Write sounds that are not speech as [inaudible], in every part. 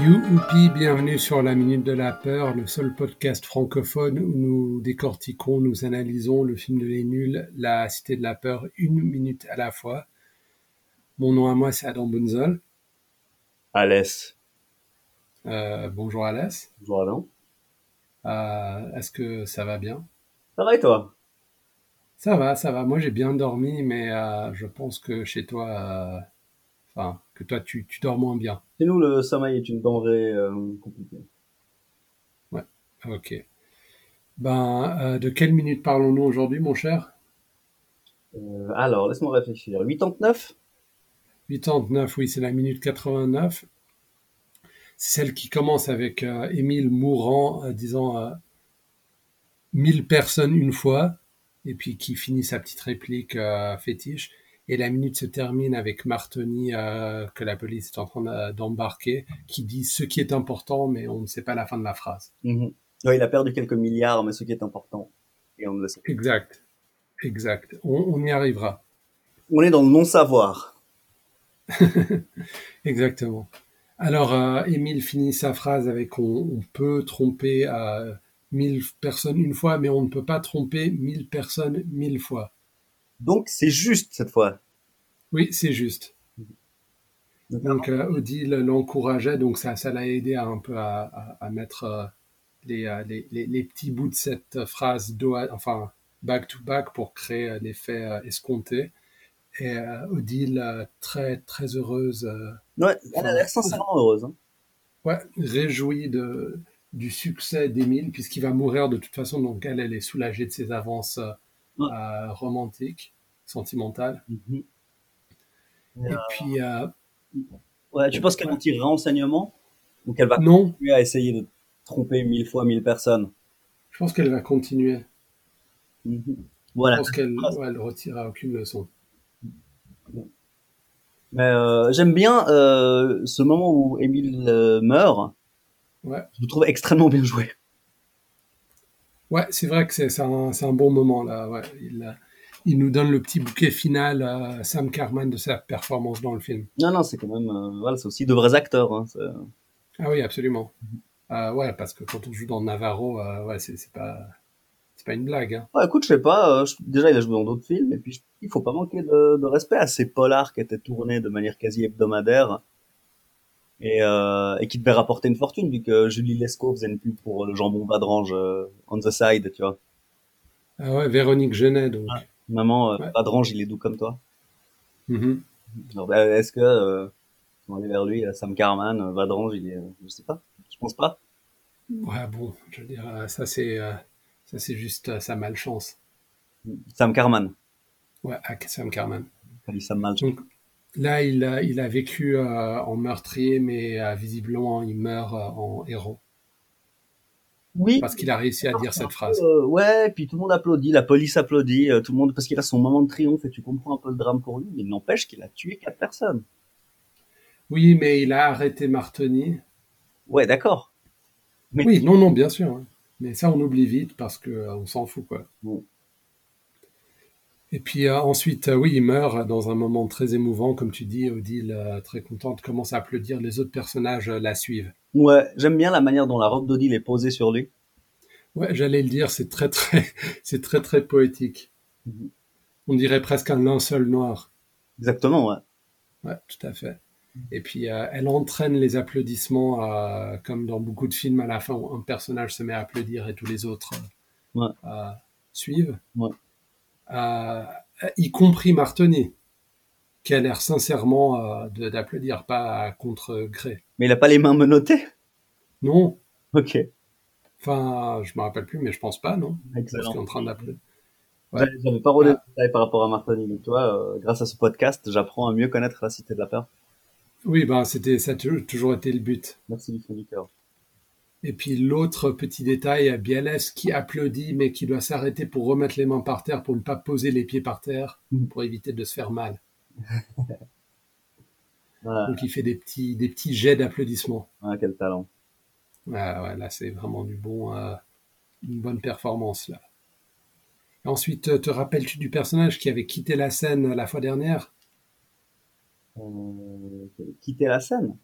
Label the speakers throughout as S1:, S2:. S1: Youpi, bienvenue sur la Minute de la Peur, le seul podcast francophone où nous décortiquons, nous analysons le film de Les Nuls, La Cité de la Peur, une minute à la fois. Mon nom à moi, c'est Adam Bunzel.
S2: Alès.
S1: Euh, bonjour Alès.
S2: Bonjour Adam.
S1: Euh, Est-ce que ça va bien
S2: Ça va et toi
S1: Ça va, ça va. Moi, j'ai bien dormi, mais euh, je pense que chez toi, euh, enfin, que toi, tu, tu dors moins bien.
S2: Chez nous, le sommeil est une denrée euh, compliquée.
S1: Ouais, ok. Ben, euh, de quelle minute parlons-nous aujourd'hui, mon cher
S2: Euh, alors, laisse-moi réfléchir. 89
S1: 89, oui, c'est la minute 89. C'est celle qui commence avec euh, Émile mourant, euh, disant euh, 1000 personnes une fois, et puis qui finit sa petite réplique euh, fétiche. Et la minute se termine avec Martoni, euh, que la police est en train d'a- d'embarquer, qui dit ce qui est important, mais on ne sait pas la fin de la phrase.
S2: Mhm. Ouais, Il a perdu quelques milliards, mais ce qui est important, et on ne le sait pas.
S1: Exact, exact. On- on y arrivera.
S2: On est dans le non-savoir.
S1: Exactement. Alors, euh, Émile finit sa phrase avec on, on peut tromper euh, 1000 personnes une fois, mais on ne peut pas tromper 1000 personnes mille fois.
S2: Donc, c'est juste cette fois.
S1: Oui, c'est juste.
S2: Donc,
S1: Donc, euh, Odile l'encourageait, donc ça, ça l'a aidé à, un peu à, à- à mettre euh, les, euh, les, les, les petits bouts de cette euh, phrase dos à- enfin, back to back pour créer euh, l'effet euh, escompté. Et euh, Odile, euh, très, très heureuse, euh,
S2: ouais, elle a l'air sincèrement heureuse. hein.
S1: Ouais, réjouie de, du succès d'Émile, puisqu'il va mourir de toute façon, donc elle, elle est soulagée de ses avances euh,
S2: Ouais.
S1: euh, romantiques, sentimentales. Et puis, euh,
S2: ouais, tu penses qu'elle en tirera enseignement Ou qu'elle va
S1: non,
S2: continuer à essayer de tromper mille fois mille personnes
S1: je pense qu'elle va continuer.
S2: Mhm.
S1: Je
S2: Voilà.
S1: pense qu'elle ouais, elle retirera aucune leçon.
S2: Mais euh, j'aime bien euh, ce moment où Émile euh, meurt.
S1: Ouais.
S2: Je le trouve extrêmement bien joué.
S1: Ouais, c'est vrai que c'est c'est un, c'est un bon moment, là. Ouais. Il, euh, il nous donne le petit bouquet final, euh, Sam Carman, de sa performance dans le film.
S2: Non, non, c'est quand même, euh, voilà, c'est aussi de vrais acteurs. Hein, c'est-
S1: Ah oui, absolument.
S2: Mm-hmm.
S1: Euh, ouais, parce que quand on joue dans Navarro, euh, ouais, c'est c'est pas, c'est pas une blague. hein.
S2: Ouais, écoute, je sais pas. euh, je- Déjà, il a joué dans d'autres films, et puis je- il faut pas manquer de, de respect à ces polars qui étaient tournés de manière quasi hebdomadaire et, euh, et qui devaient rapporter une fortune vu que Julie Lescaut faisait une pub pour le jambon Vadrange euh, on the side, tu vois.
S1: Ah ouais, Véronique Genet, donc.
S2: Maman, euh,
S1: Ouais.
S2: Vadrange, il est doux comme toi.
S1: Mhm.
S2: Alors, bah, est-ce que euh, on est vers lui, euh, Sam Carman, euh, Vadrange, il est, euh, je sais pas, je pense pas.
S1: Ouais, bon, je veux dire, euh, ça c'est euh, ça c'est juste euh, sa malchance.
S2: Sam Carman,
S1: Ouais, à Sam Carman.
S2: quand il Sam Malch.
S1: Donc là, il a, il a vécu euh, en meurtrier, mais euh, visiblement, il meurt euh, en héros
S2: Oui,
S1: parce qu'il a réussi à dire cette phrase.
S2: Euh, ouais, puis tout le monde applaudit, la police applaudit, euh, tout le monde parce qu'il a son moment de triomphe et tu comprends un peu le drame pour lui, mais il n'empêche qu'il a tué quatre personnes.
S1: Oui, mais il a arrêté Martoni.
S2: Ouais, d'accord. Mais-
S1: Oui, non, non, bien sûr. hein. Mais ça, on oublie vite parce que euh, on s'en fout, quoi.
S2: Bon.
S1: Et puis euh, ensuite, euh, oui, il meurt dans un moment très émouvant, comme tu dis, Odile, euh, très contente, commence à applaudir. Les autres personnages euh, la suivent.
S2: Ouais, j'aime bien la manière dont la robe d'Odile est posée sur lui.
S1: Ouais, j'allais le dire, c'est très très, [laughs] c'est très très poétique.
S2: Mhm.
S1: On dirait presque un linceul noir.
S2: Exactement, ouais.
S1: Ouais, tout à fait.
S2: Mhm.
S1: Et puis euh, elle entraîne les applaudissements, euh, comme dans beaucoup de films à la fin où un personnage se met à applaudir et tous les autres euh,
S2: Ouais.
S1: euh, suivent,
S2: Ouais.
S1: Euh, y compris Martoni, qui a l'air sincèrement euh, de- d'applaudir pas à contre gré.
S2: Mais il a pas les mains menottées. [laughs]
S1: Non,
S2: Ok,
S1: enfin, je me rappelle plus, mais je pense pas, non.
S2: Bah
S1: Parce qu'il est
S2: excellent.
S1: en train d'applaudir. Ouais.
S2: J'avais j'avais pas rodé de détails par rapport à Martoni, donc toi, euh, grâce à ce podcast, j'apprends à mieux connaître la cité de la peur.
S1: Oui, ben c'était ça a tou- toujours été le but.
S2: Merci du fond du cœur.
S1: Et puis l'autre petit détail, Bialès qui applaudit mais qui doit s'arrêter pour remettre les mains par terre pour ne pas poser les pieds par terre
S2: Mhm.
S1: pour éviter de se faire mal.
S2: Voilà,
S1: Donc il fait des petits des petits jets d'applaudissements.
S2: ah, quel talent.
S1: Ah ouais, là c'est vraiment du bon euh, une bonne performance là. Et ensuite, euh, te rappelles-tu du personnage qui avait quitté la scène la fois dernière
S2: Euh, quitter la scène.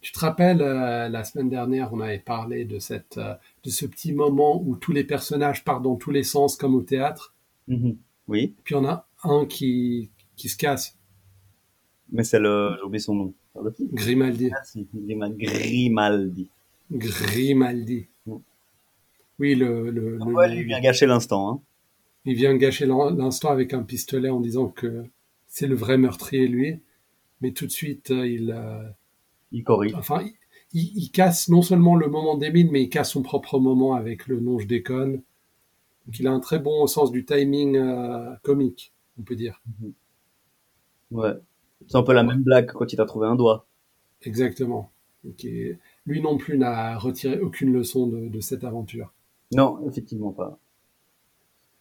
S1: Tu te rappelles, euh, la semaine dernière, on avait parlé de, cette, euh, de ce petit moment où tous les personnages partent dans tous les sens, comme au théâtre.
S2: Mhm. Oui,
S1: Puis on a un qui, qui se casse,
S2: mais c'est le, j'ai oublié son nom. Le film.
S1: Grimaldi.
S2: Merci. Grima- Grimaldi.
S1: Grimaldi. Oui, le, le, le-
S2: Mm. Ouais, lui il vient gâcher l'instant. Hein.
S1: il vient gâcher l'in- l'instant avec un pistolet en disant que c'est le vrai meurtrier, lui. Mais tout de suite, euh, il, euh,
S2: Il corrige.
S1: enfin, il, il- il casse non seulement le moment d'Emile, mais il casse son propre moment avec le non je déconne. Donc il a un très bon sens du timing euh, comique, on peut dire.
S2: Ouais. C'est un peu la même blague quand il t'a trouvé un doigt.
S1: Exactement. Donc, il- lui non plus n'a retiré aucune leçon de, de cette aventure.
S2: Non, effectivement pas.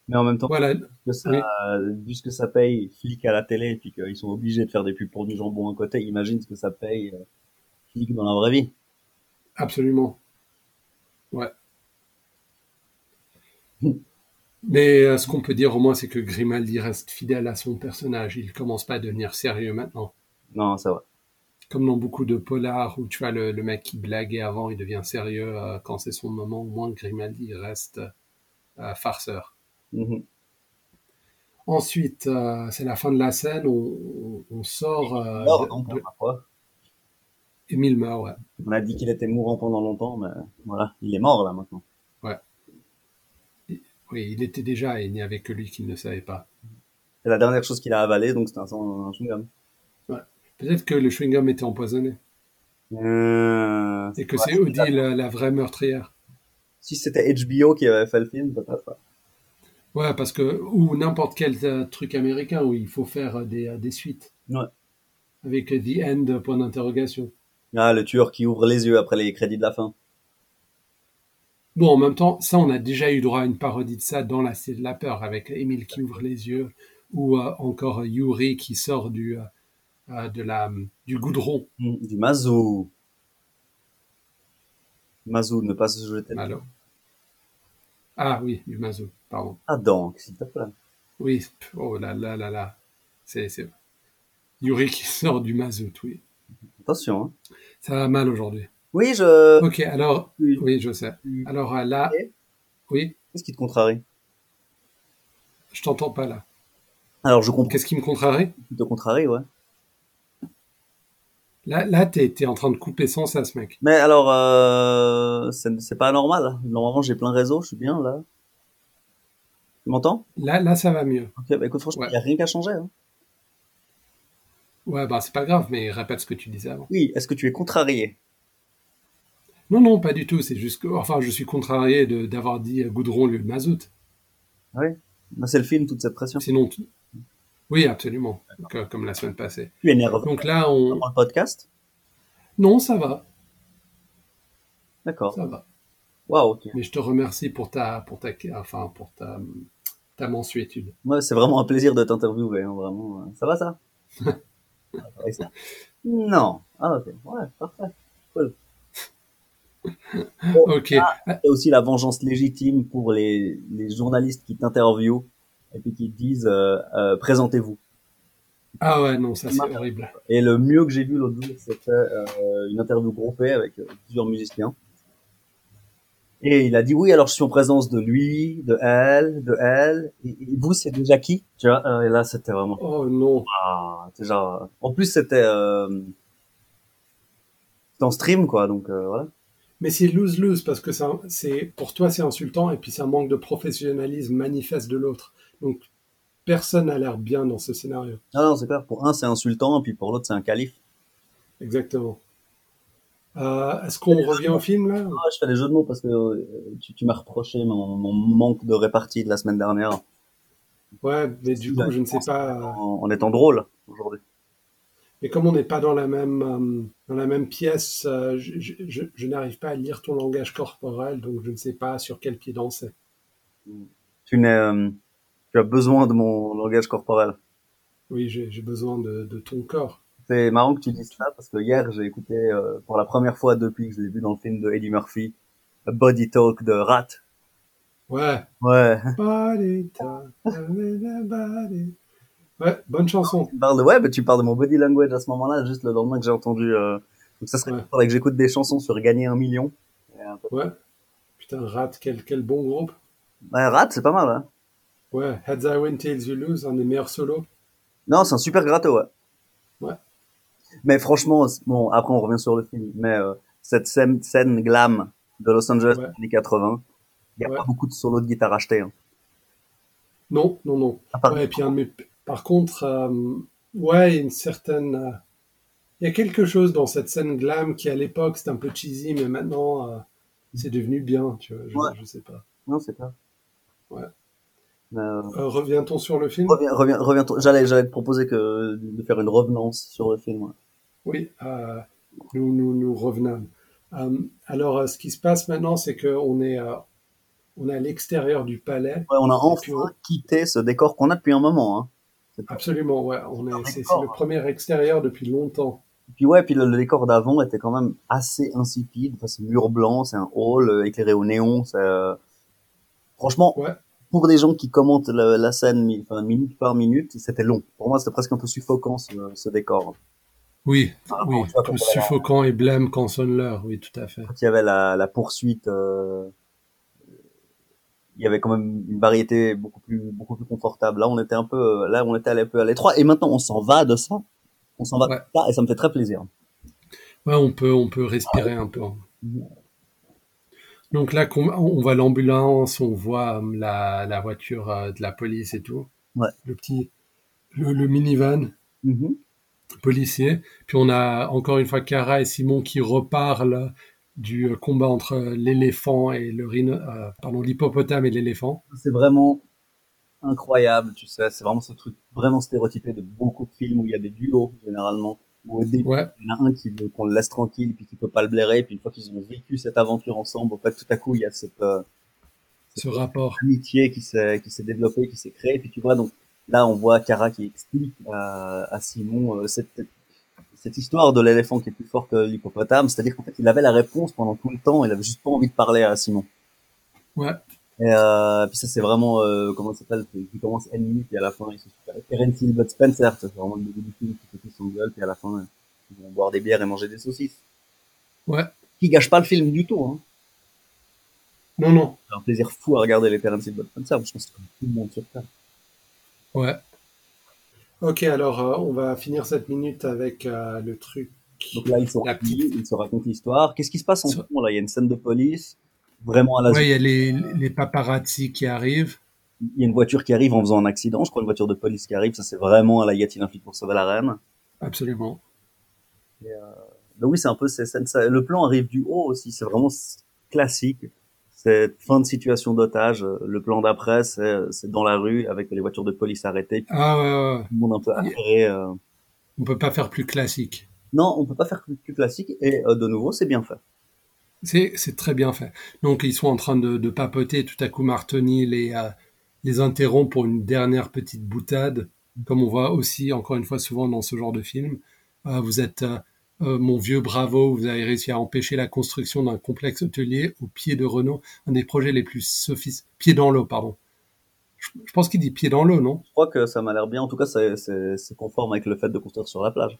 S2: Mais en même temps,
S1: Voilà,
S2: vu que ça,
S1: oui.
S2: vu ce que ça paye, flic à la télé, et puis qu'ils sont obligés de faire des pubs pour du jambon à côté, imagine ce que ça paye, euh, flic dans la vraie vie.
S1: Absolument. Ouais. Mais euh, ce qu'on peut dire au moins, c'est que Grimaldi reste fidèle à son personnage. Il commence pas à devenir sérieux maintenant.
S2: Non, ça va.
S1: Comme dans beaucoup de polars où tu as le, le mec qui blaguait avant, il devient sérieux euh, quand c'est son moment. Au moins, Grimaldi reste euh, farceur.
S2: Mhm.
S1: Ensuite, euh, c'est la fin de la scène. On, on- on sort. euh,
S2: Alors,
S1: de-
S2: non,
S1: de-
S2: pas quoi.
S1: Émile meurt, ouais.
S2: On a dit qu'il était mourant pendant longtemps, mais euh, voilà, il est mort là maintenant.
S1: Oui, il était déjà et il n'y avait que lui qui ne le savait pas.
S2: C'est la dernière chose qu'il a avalé, donc c'était un, sang- un chewing-gum.
S1: Peut-être que le chewing-gum était empoisonné
S2: Euh,
S1: et que
S2: ouais,
S1: c'est Odile la, la vraie meurtrière.
S2: Si c'était HBO qui avait fait le film, peut-être. ouais.
S1: Ouais, parce que ou n'importe quel euh, truc américain où il faut faire euh, des, euh, des suites.
S2: Ouais.
S1: Avec euh, the end euh, point d'interrogation.
S2: Ah, le tueur qui ouvre les yeux après les crédits de la fin.
S1: Bon, en même temps, ça, on a déjà eu droit à une parodie de ça dans la série de la peur avec Émile qui ouvre les yeux ou euh, encore euh, Yuri qui sort du euh, euh, de la du goudron.
S2: Mm, Du Mazou. Mazou, ne pas se jeter
S1: Alors. Ah oui, du mazo, pardon.
S2: Ah, donc, s'il te plaît.
S1: Oui, pff, oh là là là là. C'est c'est Yuri qui sort du mazout, oui.
S2: Attention. Hein.
S1: Ça va mal aujourd'hui.
S2: Oui, je...
S1: Ok, alors,
S2: Oui.
S1: oui, je sais. Alors euh, là,
S2: Ok.
S1: oui,
S2: Qu'est-ce qui te contrarie
S1: je t'entends pas là.
S2: Alors, je comprends
S1: Qu'est-ce qui me contrarie
S2: ce qui te contrarie, ouais.
S1: Là, là t'es t'es en train de couper sans ça, ce mec.
S2: Mais alors, euh, c'est c'est pas normal. Normalement, j'ai plein réseau, je suis bien, là. Tu m'entends
S1: Là, là, ça va mieux.
S2: Ok, bah écoute, franchement, il
S1: Ouais.
S2: a rien qu'à changer. Hein.
S1: Ouais, bah, c'est pas grave, mais répète ce que tu disais avant.
S2: Oui, est-ce que tu es contrarié
S1: Non, non, pas du tout. C'est juste que, enfin, je suis contrarié de- d'avoir dit euh, goudron au lieu de mazout.
S2: Bah, C'est le film, toute cette pression.
S1: Sinon, tu- oui, absolument, que- comme la semaine passée.
S2: Tu énerves
S1: Donc là, on,
S2: dans le podcast
S1: non, ça va,
S2: D'accord.
S1: ça va.
S2: Waouh, ok.
S1: Mais je te remercie pour ta, pour ta, enfin, pour ta, ta mensuétude.
S2: Moi, c'est vraiment un plaisir de t'interviewer, hein, vraiment. euh. Ça va, ça Et ça Non. Ah, ok. Ouais, parfait.
S1: Ok.
S2: C'est aussi la vengeance légitime pour les, les journalistes qui t'interviewent et puis qui te disent euh, euh, présentez-vous.
S1: Ah ouais, non, ça c'est horrible.
S2: Et le mieux que j'ai vu l'autre jour, c'était euh, une interview groupée avec euh, plusieurs musiciens. Et il a dit oui, alors je suis en présence de lui, de elle, de elle. Et, et vous, c'est déjà qui Tu vois, euh, et là, c'était vraiment...
S1: Oh non.
S2: Ah, c'est genre- En plus, c'était euh, c'était en stream, quoi. Donc euh, voilà.
S1: Mais c'est lose-lose parce que ça- c'est pour toi c'est insultant et puis c'est un manque de professionnalisme manifeste de l'autre. Donc personne n'a l'air bien dans ce scénario.
S2: Non, non, c'est clair. Pour un, c'est insultant, puis pour l'autre, c'est un calife.
S1: Exactement. Euh, Est-ce qu'on revient au film là
S2: Ah, je fais des jeux de mots parce que euh, tu, tu m'as reproché mon, mon manque de répartie de la semaine dernière
S1: Ouais, mais du coup je ne sais pas.
S2: en, en étant drôle aujourd'hui.
S1: Mais comme on n'est pas dans la même euh, dans la même pièce, euh, je, je- je- je n'arrive pas à lire ton langage corporel, donc je ne sais pas sur quel pied danser.
S2: Tu, n'es, euh, tu as besoin de mon langage corporel.
S1: Oui, j'ai j'ai besoin de, de ton corps.
S2: C'est marrant que tu dises ça parce que hier, j'ai écouté euh, pour la première fois depuis que je l'ai vu dans le film de Eddie Murphy, Body Talk de Rat.
S1: Ouais.
S2: Ouais.
S1: Body talk, body. Ouais, bonne chanson.
S2: Tu parles de- ouais, mais tu parles de mon body language à ce moment-là, juste le lendemain que j'ai entendu euh, Donc ça serait
S1: Ouais.
S2: faudrait que j'écoute des chansons sur gagner un million. Et un peu-
S1: Ouais. Putain, Rat, quel, quel bon groupe.
S2: Ouais, Rat, c'est pas mal. Hein.
S1: Ouais, Heads I Win, Tails You Lose, un des meilleurs solos.
S2: Non, c'est un super gratto, ouais.
S1: Ouais.
S2: Mais franchement, c'est- bon, après on revient sur le film, mais euh, cette scène, scène glam de Los Angeles
S1: Ouais.
S2: des années 80, il n'y a
S1: Ouais.
S2: pas beaucoup de solos de guitare achetés. Hein.
S1: Non, non, non.
S2: À part-
S1: Ouais, et puis un de mes- Par contre, euh, ouais, une certaine. euh, Il y a quelque chose dans cette scène glam qui, à l'époque, c'était un peu cheesy, mais maintenant, euh, c'est devenu bien, tu vois. Je,
S2: Ouais.
S1: je sais pas.
S2: Non, c'est pas.
S1: Ouais.
S2: Mais, euh,
S1: Euh, Revient-on sur le film
S2: reviens, reviens, reviens. ton- J'allais, j'allais te proposer que de faire une revenance sur le film. ouais.
S1: Oui, euh, nous, nous, nous revenons. Euh, alors, euh, ce qui se passe maintenant, c'est qu'on est, euh, on est à l'extérieur du palais.
S2: Ouais, on a
S1: puis,
S2: enfin
S1: ouais.
S2: quitté ce décor qu'on a depuis un moment. Hein.
S1: Absolument, ouais. On est,
S2: Ah,
S1: c'est, c'est
S2: d'accord.
S1: le premier extérieur depuis longtemps.
S2: Puis ouais, puis le, le décor d'avant était quand même assez insipide. Enfin, c'est mur blanc, c'est un hall euh, éclairé au néon. c'est, euh, Franchement,
S1: Ouais.
S2: pour des gens qui commentent le- la scène mi- enfin, minute par minute, c'était long. Pour moi, c'était presque un peu suffocant ce, ce décor.
S1: Oui,
S2: Ah,
S1: oui.
S2: tu
S1: Tout
S2: vois, quand il y avait la-
S1: suffocant et blême quand sonne l'heure. Oui, tout à fait.
S2: quand il y avait la, la poursuite, euh, il y avait quand même une variété beaucoup plus beaucoup plus confortable. Là, on était un peu, euh, là, on était un peu à l'étroit. Et maintenant, on s'en va de ça. On s'en va
S1: Ouais.
S2: de ça, et ça me fait très plaisir.
S1: Ouais, on peut, on peut respirer un peu. Donc là, qu'on- on voit l'ambulance, on voit euh, la, la voiture euh, de la police et tout.
S2: Ouais.
S1: Le petit, le, le minivan. Mm-hmm.
S2: Mhm.
S1: policier. Puis on a encore une fois Cara et Simon qui reparlent du euh, combat entre l'éléphant et le rhino, euh, pardon, l'hippopotame et l'éléphant.
S2: C'est vraiment incroyable, tu sais. C'est vraiment ce truc vraiment stéréotypé de beaucoup de films où il y a des duos, généralement. Où au début,
S1: Ouais,
S2: il y en a un qui veut qu'on le laisse tranquille, puis qui peut pas le blairer, puis une fois qu'ils ont vécu cette aventure ensemble, en fait, tout à coup, il y a cette euh,
S1: ce rapport.
S2: amitié qui s'est qui s'est développée, qui s'est créée. Puis tu vois, donc là, on voit Cara qui explique à, à Simon euh, cette cette histoire de l'éléphant qui est plus fort que l'hippopotame, c'est-à-dire qu'en fait, il avait la réponse pendant tout le temps, il avait juste pas envie de parler à Simon.
S1: Ouais,
S2: Et euh, puis ça, c'est vraiment, euh, comment ça s'appelle c'est- Ils commencent ennemi, puis à la fin, ils se super. Terence Hill, Bud Spencer, ça, c'est vraiment le début du film qui fait tout son gueule, puis à la fin, euh, ils vont boire des bières et manger des saucisses.
S1: ouais.
S2: Qui gâche pas le film du tout, hein.
S1: Non, non.
S2: C'est un plaisir fou à regarder les Terence Hill, Bud Spencer, je pense que comme tout le monde sur Terre.
S1: Ouais. Ok, alors euh, on va finir cette minute avec euh, le truc.
S2: Donc là, ils sont
S1: La
S2: réunis, ils se racontent l'histoire. Qu'est-ce qui se passe en
S1: Ça-
S2: fond, là Il y a une scène de police, vraiment à la
S1: Ouais, il y a les, les paparazzi qui arrivent.
S2: Il y a une voiture qui arrive en faisant un accident, je crois une voiture de police qui arrive, ça c'est vraiment à la Yatine un flic pour sauver la reine.
S1: Absolument.
S2: Donc oui, c'est un peu ces scènes. ça- le plan arrive du haut aussi. C'est vraiment s- classique. Cette fin de situation d'otage. euh, Le plan d'après, c'est c'est dans la rue avec les voitures de police arrêtées. Puis
S1: Ah ouais, ouais, ouais.
S2: tout le monde un peu affairé. euh.
S1: On peut pas faire plus classique.
S2: Non, on peut pas faire plus- plus classique. Et euh, de nouveau, c'est bien fait.
S1: C'est c'est très bien fait. Donc ils sont en train de, de papoter. Tout à coup, Martoni les, euh, les interrompt pour une dernière petite boutade, comme on voit aussi encore une fois souvent dans ce genre de film. Euh, vous êtes euh, euh, mon vieux bravo, vous avez réussi à empêcher la construction d'un complexe hôtelier au pied de Renault, un des projets les plus sophistiqués. Pied dans l'eau, pardon. Je, je pense qu'il dit pied dans l'eau, non
S2: Je crois que ça m'a l'air bien. En tout cas, c'est- c'est c'est conforme avec le fait de construire sur la plage.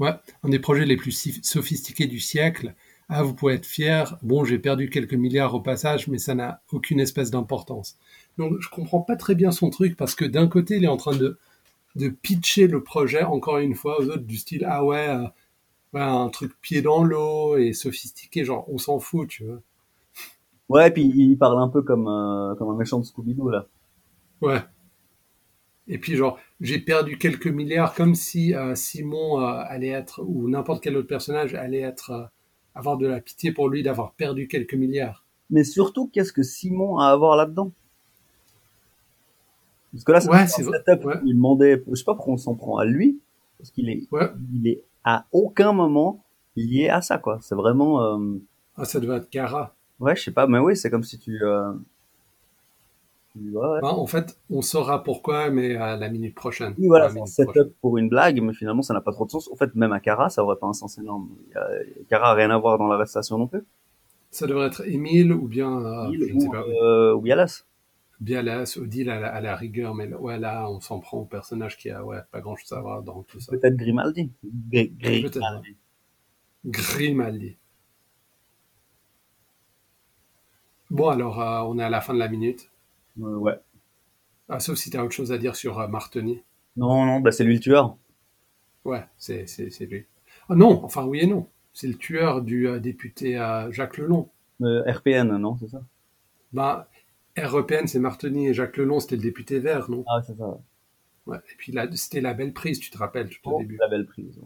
S1: Ouais, un des projets les plus si- sophistiqués du siècle. Ah, vous pouvez être fier. Bon, j'ai perdu quelques milliards au passage, mais ça n'a aucune espèce d'importance. Donc, je comprends pas très bien son truc parce que d'un côté, il est en train de, de pitcher le projet encore une fois aux autres du style ah ouais, euh, ouais, un truc pied dans l'eau et sophistiqué, genre on s'en fout, tu vois.
S2: Ouais, puis il parle un peu comme euh, comme un méchant de Scooby-Doo là.
S1: Ouais. Et puis genre, j'ai perdu quelques milliards comme si euh, Simon euh, allait être, ou n'importe quel autre personnage allait être, euh, avoir de la pitié pour lui d'avoir perdu quelques milliards.
S2: Mais surtout, qu'est-ce que Simon a à voir là-dedans Parce que là, c'est
S1: Ouais,
S2: un
S1: c'est vrai,
S2: setup
S1: ouais.
S2: où il demandait, je sais pas pourquoi on s'en prend à lui, parce qu'il est,
S1: Ouais.
S2: il est à aucun moment lié à ça, quoi. C'est vraiment, euh,
S1: Ah, ça devait être Gara.
S2: ouais, je sais pas, mais oui, c'est comme si tu, euh, tu- ouais, ouais.
S1: Hein, en fait, on saura pourquoi, mais à la minute prochaine.
S2: Oui, voilà,
S1: À la
S2: c'est un
S1: minute
S2: setup
S1: prochaine.
S2: pour une blague, mais finalement, ça n'a pas trop de sens. En fait, même à Cara, ça aurait pas un sens énorme. Il y a- Cara a rien à voir dans l'arrestation non plus.
S1: Ça devrait être Émile ou bien, euh,
S2: Il
S1: je ne sais
S2: ou,
S1: pas,
S2: euh, ou Yalas.
S1: Bialas, Odile à la, à la rigueur, mais là- ouais, là, on s'en prend au personnage qui a ouais, pas grand-chose à voir dans tout ça.
S2: Peut-être Grimaldi. Gri- Grimaldi.
S1: Peut-être. Grimaldi. Bon, alors, euh, on est à la fin de la minute.
S2: Euh, ouais.
S1: Ah, sauf si tu as autre chose à dire sur euh, Martoni.
S2: Non, non, bah c'est lui le tueur.
S1: Ouais, c'est c'est- c'est lui. Ah non, enfin oui et non. C'est le tueur du euh, député euh, Jacques Lelon.
S2: Euh, RPN, non, c'est ça
S1: Bah, REPN, c'est Martoni et Jacques Lelon, c'était le député vert, non
S2: Ah, c'est ça. ouais.
S1: ouais. Et puis là, c'était la belle prise, tu te rappelles, tout au
S2: Oh,
S1: début.
S2: la belle prise.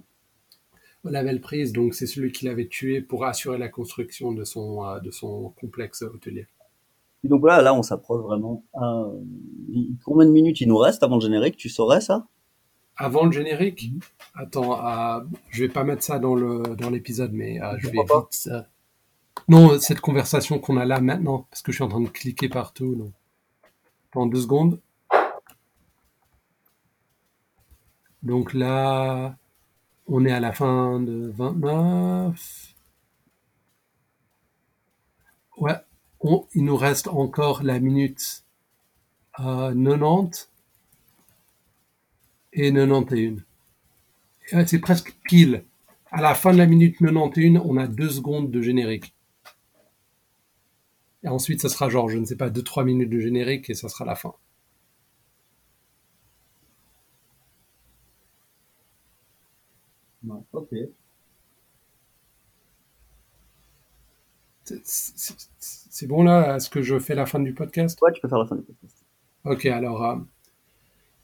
S1: La belle prise, donc c'est celui qui l'avait tué pour assurer la construction de son, euh, de son complexe hôtelier.
S2: Et donc voilà, là, on s'approche vraiment. À... il- Combien de minutes il nous reste avant le générique Tu saurais ça
S1: Avant le générique Attends, euh, je vais pas mettre ça dans le dans l'épisode, mais euh, je vais
S2: Pourquoi
S1: vite. euh, Non, cette conversation qu'on a là maintenant, parce que je suis en train de cliquer partout. Donc. Attends deux secondes. Donc là, on est à la fin de 29. Ouais, on- il nous reste encore la minute euh, 90 et 91. Euh, C'est presque pile. À la fin de la minute 91, on a deux secondes de générique. Et ensuite, ça sera genre, je ne sais pas, deux, trois minutes de générique et ça sera la fin.
S2: Non. Ok.
S1: C'est- C'est c'est bon là, est-ce que je fais la fin du podcast
S2: Toi, tu peux faire la fin du podcast.
S1: Ok, alors, euh,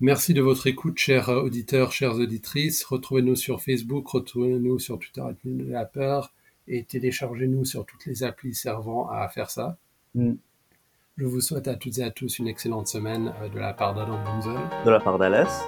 S1: merci de votre écoute, chers euh, auditeurs, chères auditrices. Retrouvez-nous sur Facebook, retrouvez-nous sur Twitter, de la peur, et téléchargez-nous sur toutes les applis servant à faire ça.
S2: Mm.
S1: Je vous souhaite à toutes et à tous une excellente semaine euh, de la part d'Adam Bunzel.
S2: De la part d'Alès.